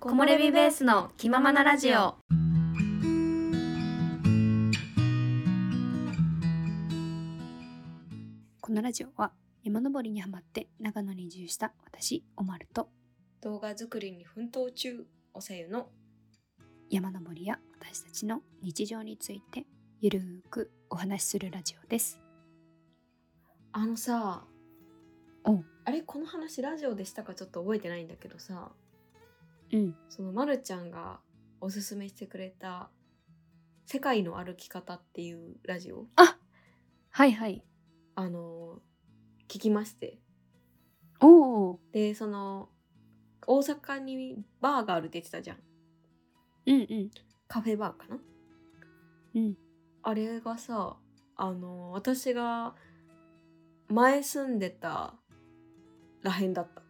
木漏れ日ベースの気ままなラジオこのラジオは山登りにハマって長野に移住した私おまると動画作りに奮闘中おさゆの山登りや私たちの日常についてゆるーくお話しするラジオですあのさおあれこの話ラジオでしたかちょっと覚えてないんだけどさうんそのまるちゃんがおすすめしてくれた「世界の歩き方」っていうラジオはいはいあの聞きましておおでその大阪にバーがあるって言ってたじゃんうんうんカフェバーかなうんあれがさあの私が前住んでたらへんだった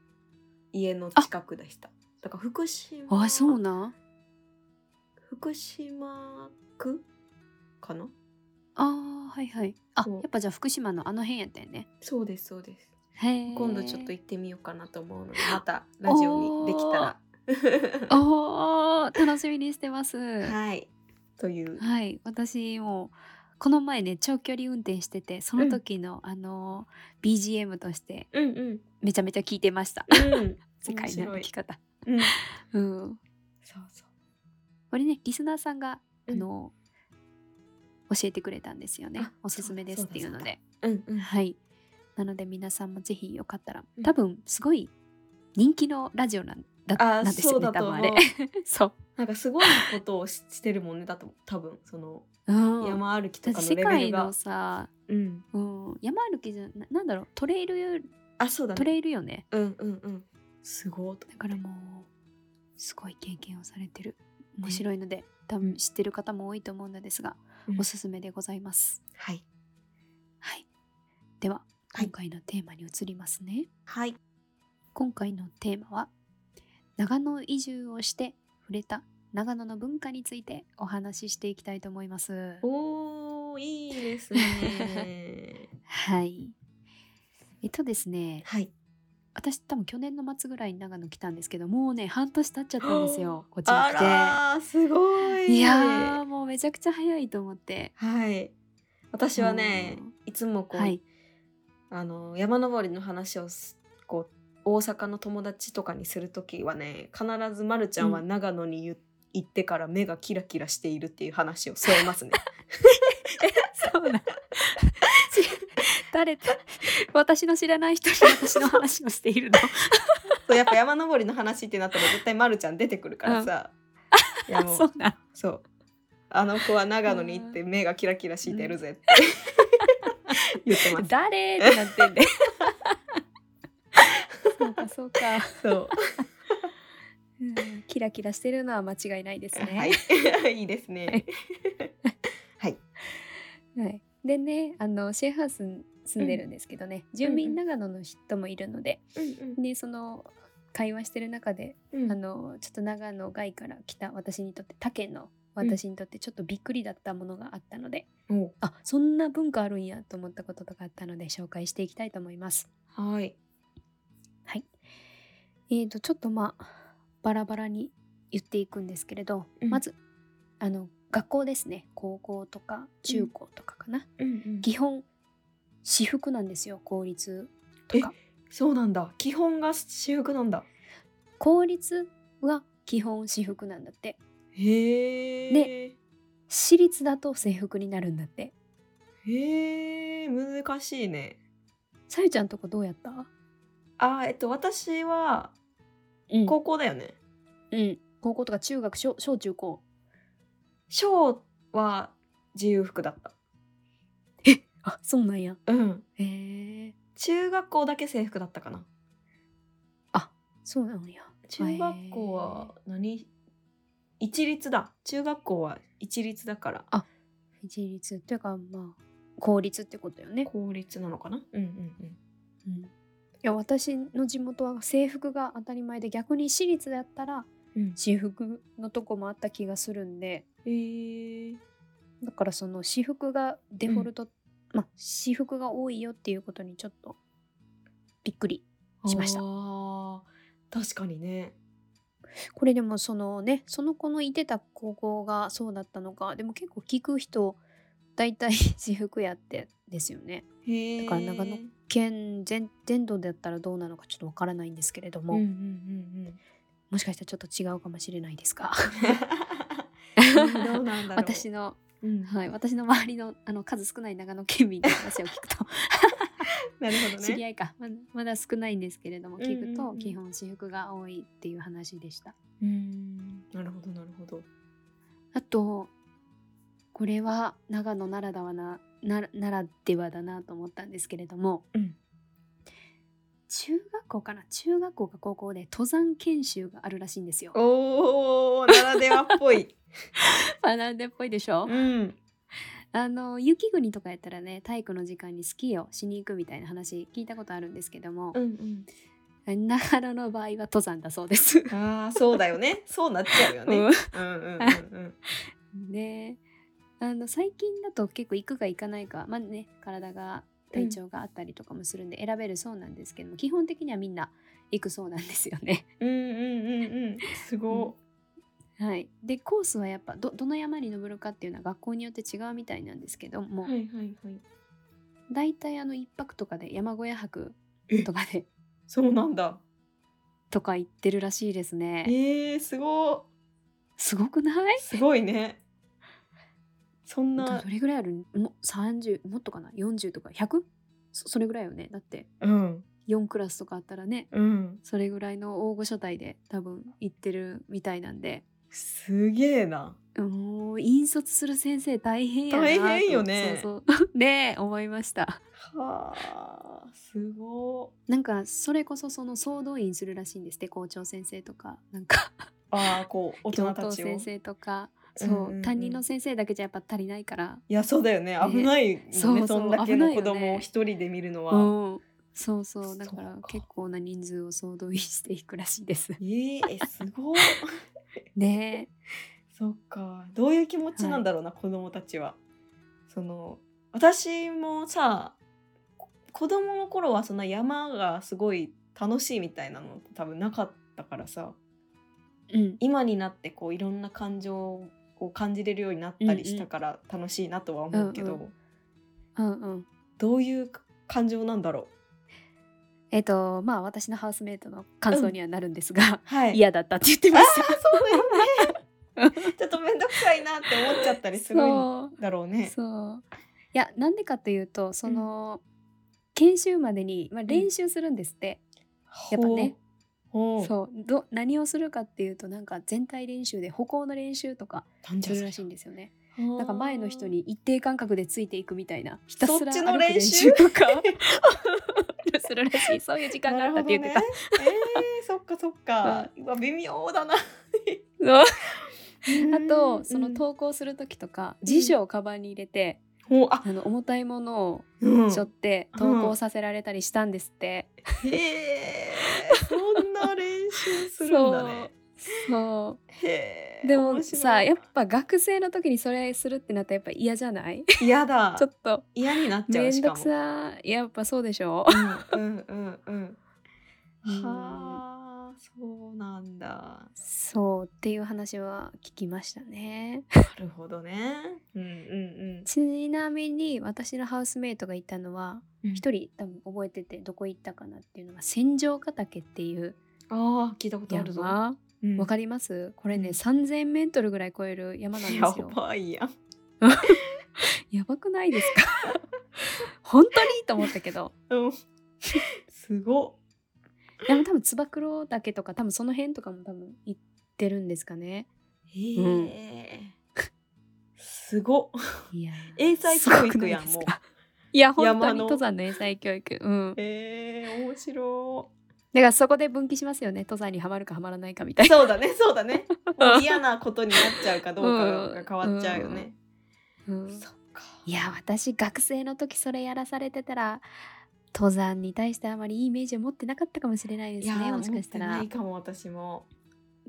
家の近くでしただから福島あそうな福島区かなあーはいはいあそうやっぱじゃあ福島のあの辺やったよねそうですそうですへえ今度ちょっと行ってみようかなと思うのでまたラジオにできたらおー楽しみにしてますは はいというい私もこの前ね長距離運転しててその時の、あの BGM としてうんうんめちゃめちゃ聞いてました うん世界の歩き方。うんうん、そうそうこれねリスナーさんが、うんあの教えてくれたんですよねあおすすめですっていうのでうんうんはいなので皆さんもぜひよかったらうん多分すごい人気のラジオなんだなあんですそようねだ多と分思あうれ そうなんかすごいことをししてるもんねだと多分そのうん山歩きとだっかてのレ世ベル界がの、さ、うん、うん、山歩きじゃななんだろうトレイルあそうだトねレイルよねうんうんうんすごいとだからもうすごい経験をされてる面白いので、多う分ん知ってる方も多いと思うのですが、うんおすすめでございますはいはい。では、はい今回のテーマに移りますね。はい今回のテーマは、長野移住をして触れた長野の文化についてお話ししていきたいと思います。おーいいです ねはい。えっとですね、はい私多分去年の末ぐらいに長野来たんですけど、もうね、半年経っちゃったんです よ、こっちに来あらーすごて。いいやー、もうめちゃくちゃ早いと思って。はい私はねうんいつもこう、はい。あの山登りの話をすこう大阪の友達とかにするときはね必ずまるちゃんはう長野に言行ってから目がキラキラしているっていう話を添えます ね。そうな。誰と 私の知らない人に私の話をしているの。そうやっぱ山登りの話ってなったら絶対まるちゃん出てくるからさ。いやもうそうなん。そうあの子は長野に行って目がキラキラしてるぜって 言ってます。 誰ってなってんで。そうかそうか、 そう うんキラキラしてるのは間違いないですね。 はい、いいですね。はい。はいでね、あのシェアハウスに住んでるんですけどね、住民長野の人もいるので、うんねその会話してる中で、うんあのちょっと長野外から来た私にとって他県の私にとってちょっとびっくりだったものがあったので、おあそんな文化あるんやと思ったこととかあったので紹介していきたいと思います。はい。はい。えー、と、ちょっとまあ、バラバラに言っていくんですけれど、うんまず、あの、学校ですね。高校とか中高とかかな。基本、私服なんですよ、公立とか。そうなんだ。基本が私服なんだ。公立は基本私服なんだって。へえ。ね私立だと制服になるんだって。へえ、難しいね。さゆちゃんとこどうやったあー、えっと、私はうん高校だよね。うん。高校とか中学、小小中高。小は自由服だった。あ、そうなんや。うん。へえ。中学校だけ制服だったかな。そうなんや。中学校は何一律だ。中学校は一律だから。一律っていうか、まあ、公立ってことよね。公立なのかな。うんうんうん。いや私の地元は制服が当たり前で逆に私立だったらうん私服のとこもあった気がするんでへえ。だからその私服がデフォルト、まあ私服が多いよっていうことにちょっとびっくりしましたあー確かにね。これでもそのねその子のいてた高校がそうだったのかでも結構聞く人大体 私服やってですよねへえだから長野県全全土だったらどうなのかちょっとわからないんですけれど も、うんうんうんうんもしかしたらちょっと違うかもしれないですがどうなんだろう私の、うんはい、私の周りのあの数少ない長野県民の話を聞くと、 なるほどね知り合いかまだまだ少ないんですけれどもうんうんうん聞くと基本私服が多いっていう話でした。うんなるほどなるほどあとこれは長野ならではななならではだなと思ったんですけれども、うん中学校かな中学校か高校で登山研修があるらしいんですよ。おーならではっぽい学んでっぽいでしょ、 うんあの雪国とかやったらね体育の時間にスキーをしに行くみたいな話聞いたことあるんですけどもう、ん長野の場合は登山だそうです。うんああそうだよねそうなっちゃうよねうんうんうんうんであの最近だと結構行くか行かないかまあね体が体調があったりとかもするんで選べるそうなんですけども、基本的にはみんな行くそうなんですよね。 うんうんうんうんすごはい、でコースはやっぱどどの山に登るかっていうのは学校によって違うみたいなんですけども、いはいはいはい大体あの1泊とかで山小屋泊とかでそうなんだとか行ってるらしいですね。えー、すごすごくないすごいねそんどなどれぐらいあるも30もっとかな40とか 100? そそれぐらいよねだってうん4クラスとかあったらねうんそれぐらいの大御所帯で多分行ってるみたいなんですげえなもう引率する先生大変やな大と変よねそうそうねえ思いましたはあすご なんかそれこそその総動員するらしいんですって校長先生とかなんかああこう大 人教た頭ちを先生とかうそんう,、うんうん担任の先生だけじゃやっぱ足りないからいやそうだよねね危ないよねそうそうそんだけの子危ないよ供ねを一人で見るのは、うんそうそうだからそうか結構な人数を総動員していくらしいですええすごいね そっかどういう気持ちなんだろうな、子供たちはその私もさこ子供の頃はそんな山がすごい楽しいみたいなのって多分なかったからさえうん今になってこういろんな感情を感じれるようになったりしたから楽しいなとは思うけど、うんうんうんどういう感情なんだろえっ、とまあ私のハウスメイトの感想にはなるんですが、うはい嫌だったって言ってました。そうだよねちょっと面倒くさいなって思っちゃったりするんそうだろうねそういやなんでかというとその、研修までに、まあ、練習するんですって、やっぱねほうほうそうど何をするかっていうとなんか全体練習で歩行の練習とかなんじゃするそりらゃしいんですよねななんか前の人に一定間隔でついていくみたいなひたすらそっちの歩く練練習習とか するらしいそういう時間があったって言ってなた、るほどね、えー、そっかそっか、うわ微妙だなあそうあとその登校する時とか辞書をカバンに入れて、ほうあ、あの重たいものをうん、背負って登校させられたりしたんですって。へーそんな練習するんだねそうへーでも面白いさやっぱ学生の時にそれするってなったらやっぱ嫌じゃない ち嫌だょっと嫌になっちゃうめしんかどもくさいやっぱそうでしょうんうんうんうんうんはあそうなんだそうっていう話は聞きましたねなるほどねうんうんちなみに私のハウスメイトがいたのはうん一人多分覚えててどこ行ったかなっていうのが千丈ヶ岳っていうああ聞いたことあるぞ山うんわかりますこれねうん3000メートルぐらい超える山なんですやよばいやんやばくないですか 本当にと思ったけどうんすごでも多分つば九郎岳とか多分その辺とかも多分行ってるんですかね。っへえすごっいや英才教育やんすもごうくないですかいや本当山にの登山の英才教育。うん。だかへえ面白らそこで分岐しますよね。登山にはまるかはまらないかみたいいな。そうだねそうだねもう嫌なことになっちゃうかどうかが変わっちゃうよね、うん そっかいや私学生の時それやらされてたら登山に対してあまりいいイメージを持ってなかったかもしれないでいすやね。ーもしかした思ってらない。かも私も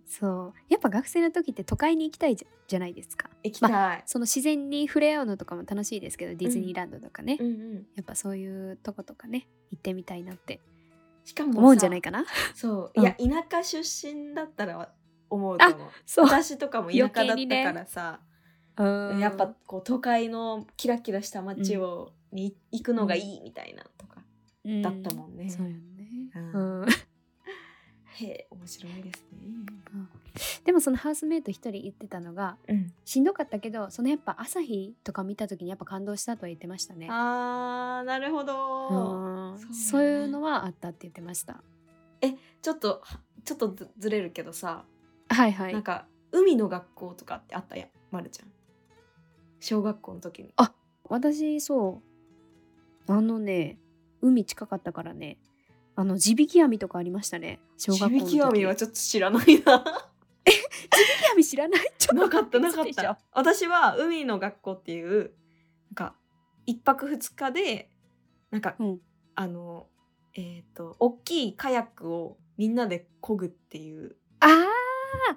そう。やっぱ学生の時って都会に行きたいじゃじゃないですか。行きたい、その自然に触れ合うのとかも楽しいですけどディズニーランドとかね。うんうんやっぱそういうとことかね行ってみたいなってしかも思うんじゃない かかなそういや、田舎出身だったら思うと思うそ う、私とかも田舎だっ余計にねたからさ、うんやっぱこう都会のキラキラした街を、に行くのがいいみたいなとかだったもんね、うんそうよね、うんうんへえ面白いですでもそのハウスメイト一人言ってたのがね、しんどかったけどそのやっぱ朝日とか見た時にやっぱ感動したとは言ってましたねあーなるほどうんそうだねそういうのはあったって言ってましたちょっとちょっとずずれるけどさ、はいはいなんか海の学校とかってあったやんまるちゃん小学校の時に私そうあのね海近かったからねあの地引き網とかありましたね小学校の時地引き網はちょっと知らないな地引き網知らないちょなかったなかっ 嘘でしょた私は海の学校っていうなんか一泊二日でなんか、うんあのえっ、と大きいカヤックをみんなで漕ぐっていうあ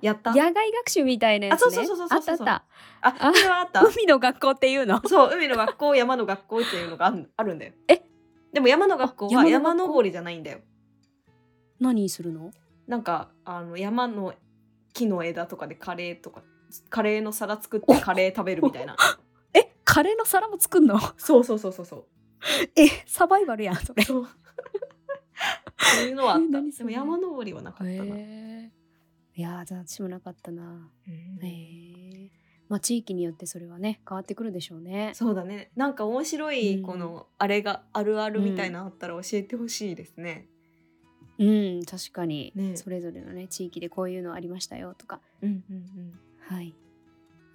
やったあ野外学習みたいなやつねあそうそうそうそうそうそうあったあっああそれはあったた 海の学校ってい うのそう海の学校山の学校っていうのがあんあるんだよえでも山の学校あは山山の学校登りじゃないんだよ何するのなんかあの山の木の枝とかでカレーとかカレーの皿作ってカレー食べるみたいなえカレーの皿も作んの そうそうそうそうそうえサバイバルやんそれそうそういうのはあっえた何そでもれ山登りはなかったな、へえいやー私もなかったなうんへえまあ地域によってそれはね変わってくるでしょうねそうだねなんか面白ういんこのあれがあるあるみたいなのあったら教えてほしいですね、うん確かに、ねそれぞれのね地域でこういうのありましたよとかうんうんうんはい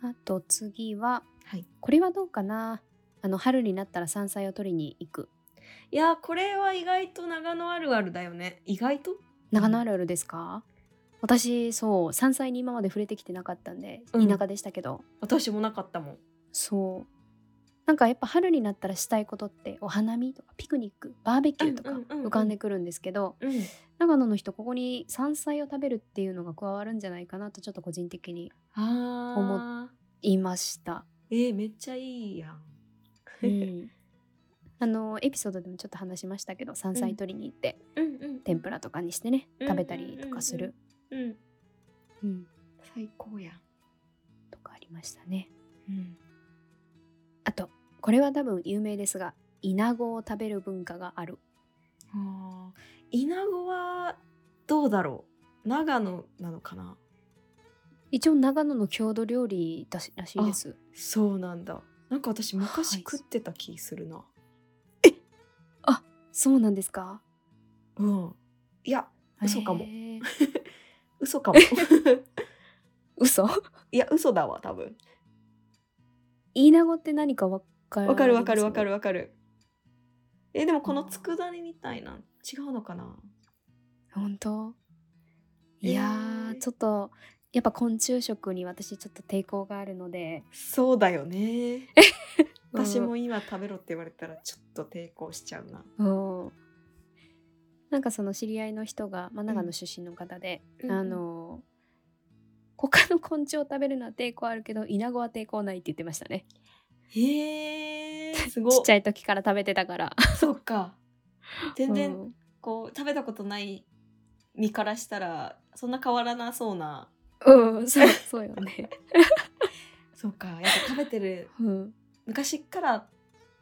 あと次ははいこれはどうかなあの春になったら山菜を取りに行くいやーこれは意外と長野あるあるだよね意外と長野あるあるですか、私そう山菜に今まで触れてきてなかったんでうん田舎でしたけど、私もなかったもんそうなんかやっぱ春になったらしたいことってお花見とかピクニックバーベキューとうんかうんうんうん浮かんでくるんですけど、うん長野の人ここに山菜を食べるっていうのが加わるんじゃないかなとちょっと個人的にあー思言い ました。えー、めっちゃいいやんうんあのエピソードでもちょっと話しましたけど山菜取りに行って、うんうん天ぷらとかにしてねうん食べたりとかする、うんうん、最高やん、とかありましたね。うん、あとこれは多分有名ですがイナゴを食べる文化がある。あーイナゴはどうだろう長野なのかな一応長野の郷土料理だしらしいです。そうなんだなんか私昔はい食ってた気するな、そうなんですか。うんいや嘘かもへー。嘘 かも嘘？いや嘘だわ多分イナゴって何かわかわかるわかるわかる。わかるえでもこの佃煮みたいな違うのかな本当。いやー、えーちょっとやっぱ昆虫食に私ちょっと抵抗があるので、そうだよ ねうん私も今食べろって言われたらちょっと抵抗しちゃうなうんなんかその知り合いの人が、まあ、長う野ん出身の方で、うんうんあの他の昆虫を食べるのは抵抗あるけどイナゴは抵抗ないって言ってましたねへえすごちっちゃいい時から食べてたからそっか全然うんこう食べたことない身からしたらそんな変わらなそうなうん、そうそうよね、 そうかやっぱ食べてるうん昔から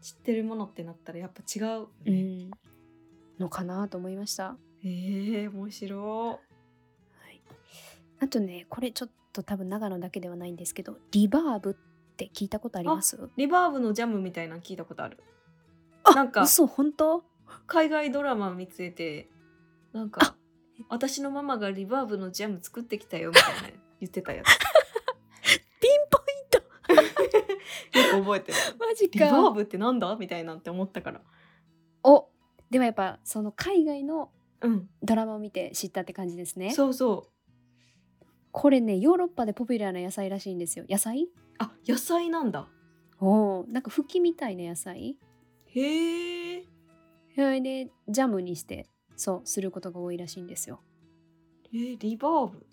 知ってるものってなったらやっぱ違うようね、ん、のかなと思いました、はへえ面白い、あとねこれちょっと多分長野だけではないんですけどリバーブって聞いたことありますいリバーブのジャムみたいなの聞いたことあるあなんか嘘本当海外ドラマ見つけてなんか私のママがリバーブのジャム作ってきたよみたいな言ってたやつ ピンポイント よく覚えてるマジリバーブってなんだみたいなって思ったからおでもやっぱその海外のうんドラマを見て知ったって感じですねそうそうこれねヨーロッパでポピュラーな野菜らしいんですよ野菜あ野菜なんだおーなんかフキみたいな野菜へえそれでジャムにしてそうすることが多いらしいんですよリバーブ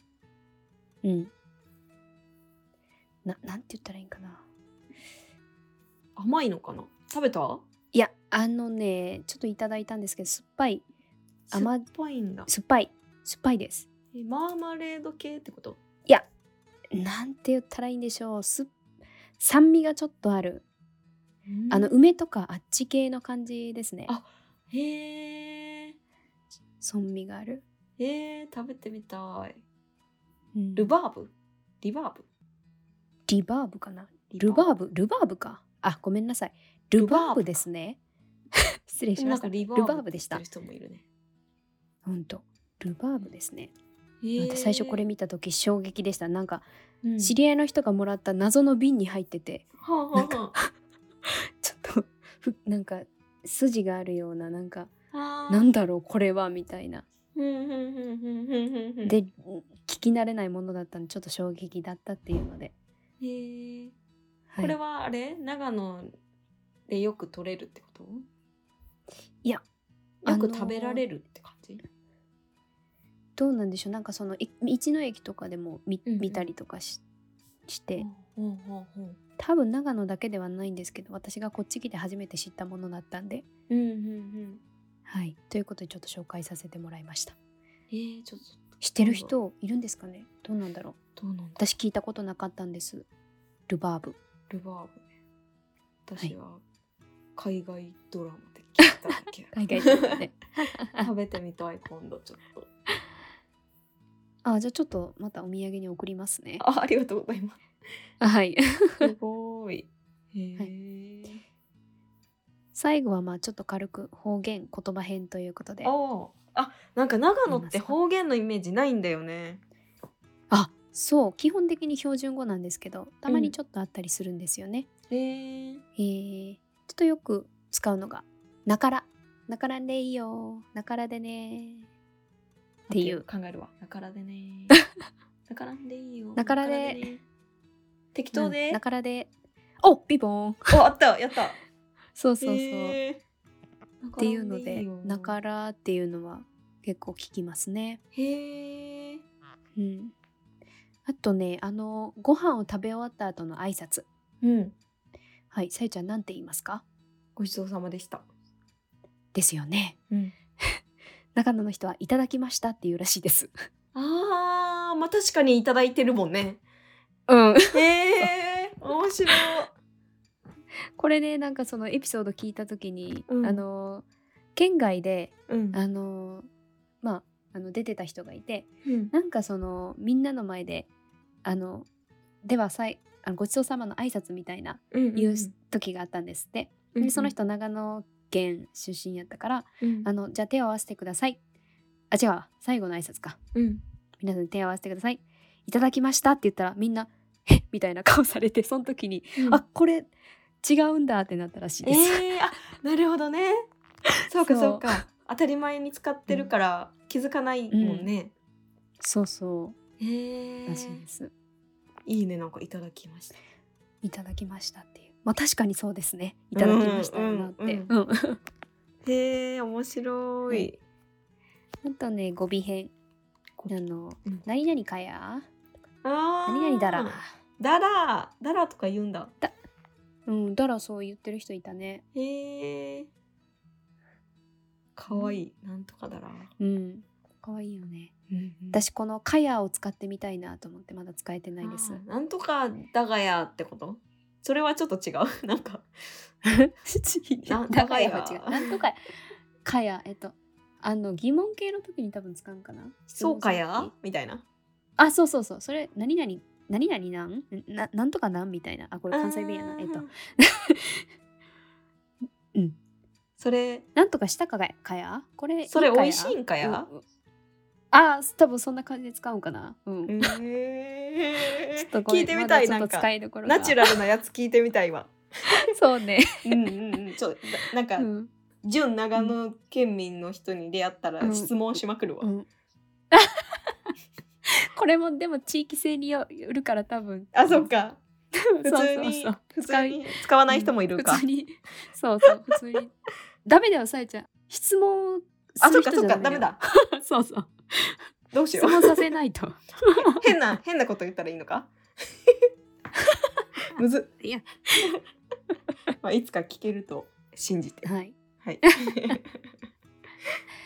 うんななんて言ったらいいんかな甘いのかな食べたいやあのねちょっといただいたんですけど酸っぱい甘甘っぱいんだ酸っぱい酸っぱいですえマーマレード系ってこといやなんて言ったらいいんでしょうす酸味がちょっとあるあの梅とかあっち系の感じですねあへえ酸味がある、へえ食べてみたいうんルバーブリバーブリバーブかなルバーブルバーブかあごめんなさいルバーブですね 失礼しまなんしたかリバルバーーブブでしたって言ってる人もいるねほんとルバーブですね、へなんえか最初これ見た時衝撃でしたなんかうん知り合いの人がもらった謎の瓶に入っててはあはあはちょっと ふなんか筋があるようななんかああーなんだろうこれはみたいなうんうんうんうんうんうんうんで聞き慣れないものだったのでちょっと衝撃だったっていうので、へえはい、これはあれ長野でよく取れるってこといやよあくのー食べられるって感じ、どうなんでしょうなんかそのい道の駅とかでも見,、うんうん見たりとかししてほうほうほう多分長野だけではないんですけど私がこっち来て初めて知ったものだったんでうんうんうんはいということでちょっと紹介させてもらいましたえー、ちょっ知ってる人いるんですかねどうなんだろうとどうなんだ私聞いたことなかったんですルバーブルバーブね私いは海外ドラマで聞いただけ 海外 でもね食べてみたい今度ちょっとあじゃあちょっとまたお土産に送りますねあありがとうございますはいすごいへえ、は最後はまあちょっと軽く方言言葉編ということであああなんか長野見っえますてか方言のイメージないんだよねあそう基本的に標準語なんですけどたまうにんちょっとあったりするんですよね、へええー、ちょっとよく使うのが「なから」「なからんでいいよ」「なからでね」っていう考えるわだからでね だからでいいよだからでだね適当うんでなからで」おピボーンおあったやったそうそうそう、へえっていうので「だなかからら」っていうのは結構聞きますね。でいいよへえうん、あとねあのご飯を食べ終わった後の挨拶うんはいさゆちゃんなんて言いますかごちそうさまでしたですよね。うん長野の人はいただきましたっていうらしいです。あーまあ確かにいただいてるもん ねうん、へえ面白い これねなんかそのエピソード聞いた時に、うんあの県外でうんあのまああの出てた人がいてうんなんかそのみんなの前であのではさいあのごちそうさまの挨拶みたいなうん言う時があったんですって、うんうんでその人長野県出身やったから、うんあのじゃあ手を合わせてくださいあ違うわ最後の挨拶かうん皆さん手を合わせてくださいいただきましたって言ったらみんなえっみたいな顔されてその時に、あこれ違うんだってなったらしいです、えー、あなるほどねそうかそうそうか当たり前に使ってるから気づかないもんね、そうそへうえらしいです、いいねなんかいただきましたいただきましたっていうまあ確かにそうですねいただきましたよなって、うんうんうんへえ面白い、はいあとね語尾編語あ尾の、うん何々かやあー何々だらだらだらとか言うんだうんだらそう言ってる人いたねへえかわいい、なんとかだら、うんかわいいよねうんうん私このかやを使ってみたいなと思ってまだ使えてないですあー なんとかだがやってことそれはちょっと違う なんかなだがやはだが違やう なんとかやかやえっとあの疑問系の時に多分使うかなそうか質問すやる時みたいなあそうそうそうそれ何々何々なんんななんとかなんみたいなあこれ関西弁やあなーえっと うんそれなんとかしたかがかやこれそれか美味しいんかやうんうんあー多分そんな感じで使うんかなう ん、ちえょっーとごめ聞んいてみたいまなんだちょっとか使いどころがナチュラルなやつ聞いてみたいわ そうね、うんうんうんちょなんか、うん純長野県民の人に出会ったうらん質問しまくるわ、 うん、これもでも地域性によるから多分あ そっかそう普そう通そうに普通に使わない人もいるか、うん普通にそうそう普通に ダメだよさえちゃん質問あすそるっか人そっかじゃダダメメだだよそうそうどうし質よう問させないと 変な変なこと言ったらいいのかむずいや まあいつか聞けると信じてはい はい。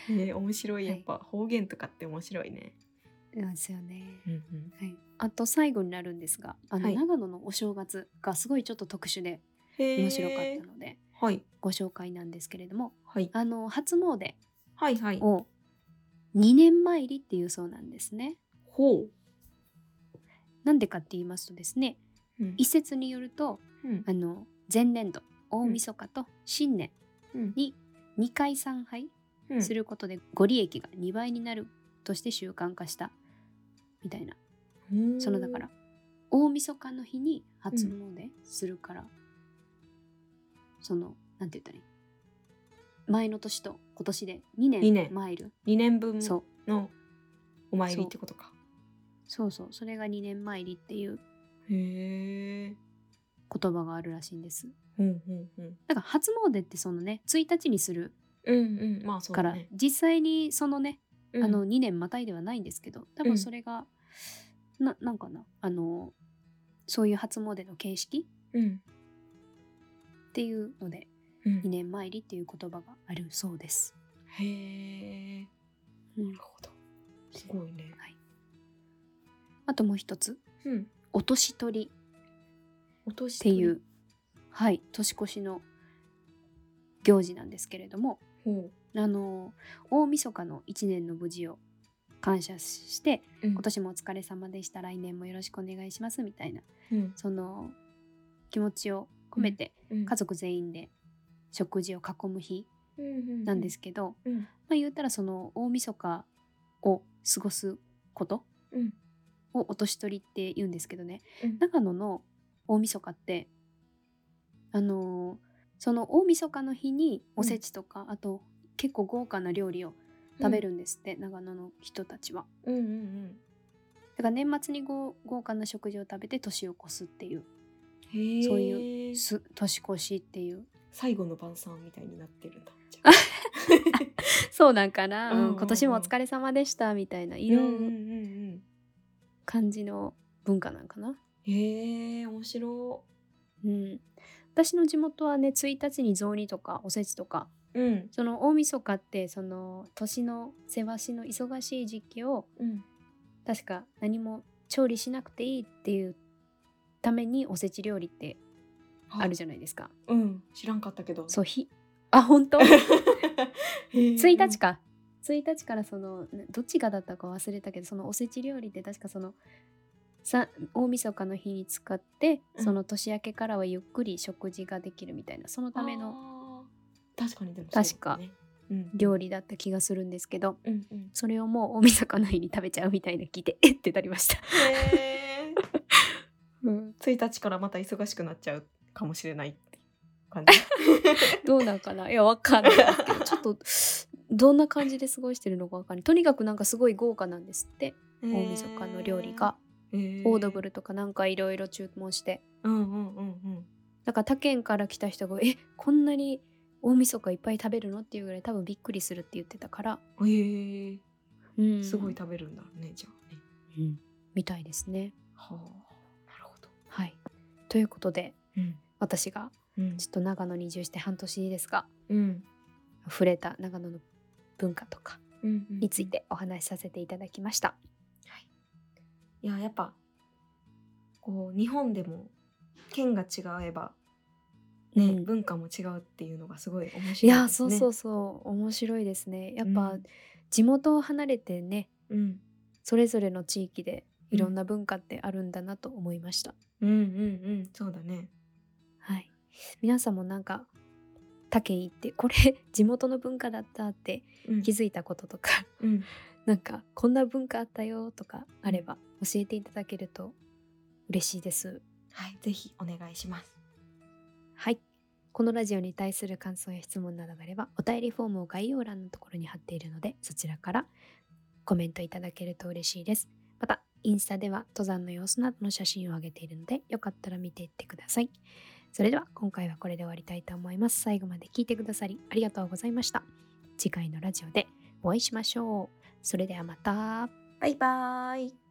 ね面白いやっぱ、方言とかって面白いね。なんですよね。うんうんはい、あと最後になるんですがあの、はい長野のお正月がすごいちょっと特殊でへー面白かったのではいご紹介なんですけれどもはいあの初詣はいはいを2年参りっていうそうなんですね。ほなんでかって言いますとですねう、うん一説によるとうんあの前年度大晦日と新年うんに2回参拝うんすることでご利益が2倍になるとして習慣化したみたいなうんそのだから大晦日の日に初詣するから、そのなんて言ったらいい前の年と今年で2二年年参る二年分そうのお参りってことかそうそうそれが2年参りっていうへえ言葉があるらしいんですうんうんうんだから初詣ってそのね1日にするうんうんまあそうかだら、ね実際にそのね、うんあの2年またいではないんですけど多うん分それが、ななんかなあのそういう初詣の形式うんっていうのでうん2年参りっていう言葉があるそうです。へえうんなるほどすごいねあともう一つうんお年取りお年って取りいう、はい、年越しの行事なんですけれどもほあの大晦日の1年の無事を感謝してううん今年もお疲れ様でした来年もよろしくお願いしますみたいなうんその気持ちを込めてうん家族全員で食事を囲む日うんうんうんなんですけど、うんまあ、言ったらその大晦日を過ごすことうんをお年取りって言うんですけどねうん長野の大晦日ってあのーその大晦日の日におせちとか、あと結構豪華な料理を食べるんですって、長野の人たちはうんうんうんだから年末にご豪華な食事を食べて年を越すっていうへえそういうす年越しっていう最後の晩餐みたいになってるんだじゃあそうなんかな、うんうんうん今年もお疲れ様でしたみたいなうん色うんう々んうん感じの文化なんかなへえ面白うん私の地元はね1日に雑煮とかおせちとかうんその大晦日ってその年のせわしの忙しい時期をうん確か何も調理しなくていいっていうためにおせち料理ってあるじゃないですか。ゃんうん知らんかったけどそうひあ本当 1 1日か1日からそのなどっちがだったか忘れたけどそのおせち料理って確かそのさ大晦日の日に使ってうんその年明けからはゆっくり食事ができるみたいなそのためのの確かにでも確かそうだねうん料理だった気がするんですけどうんうんそれをもう大晦日の日に食べちゃうみたいな聞いて えってなりました。へーうん、 1日からまた忙しくなっちゃうかもしれないって感じどうなんかないやわかんないです けどちょっとどんな感じで過ごしてるのかわかんないとにかくなんかすごい豪華なんですって 大晦日の料理がへーオードブルとかなんかいろいろ注文してうんうんうんだから他県から来た人が「えこんなに大晦日いっぱい食べるの?」っていうぐらい多分びっくりするって言ってたから、うんへえうんすごい食べるんだろうねじゃあねみたいですね。はあなるほどはいということでうん私がうんちょっと長野に移住して半年ですがうん触れた長野の文化とかうんうんについてお話しさせていただきました。いややっぱこう日本でも県が違えばね、うん文化も違うっていうのがすごい面白いですいね。やそうそうそう面白いですねやっぱ、うん地元を離れてねうん、それぞれの地域でうんいろんな文化ってあるんだなと思いました、うんうんうんそうだね。はい皆さんもなんか他県行ってこれ 地元の文化だったってうん気づいたこととか うんなんかこんな文化あったよとかあれば教えていただけると嬉しいですはいぜひお願いします。はいこのラジオに対する感想や質問などがあればお便りフォームを概要欄のところに貼っているのでそちらからコメントいただけると嬉しいですまたインスタでは登山の様子などの写真を上げているのでよかったら見ていってくださいそれでは今回はこれで終わりたいと思います最後まで聞いてくださりありがとうございました次回のラジオでお会いしましょうそれではまたバイバーイ。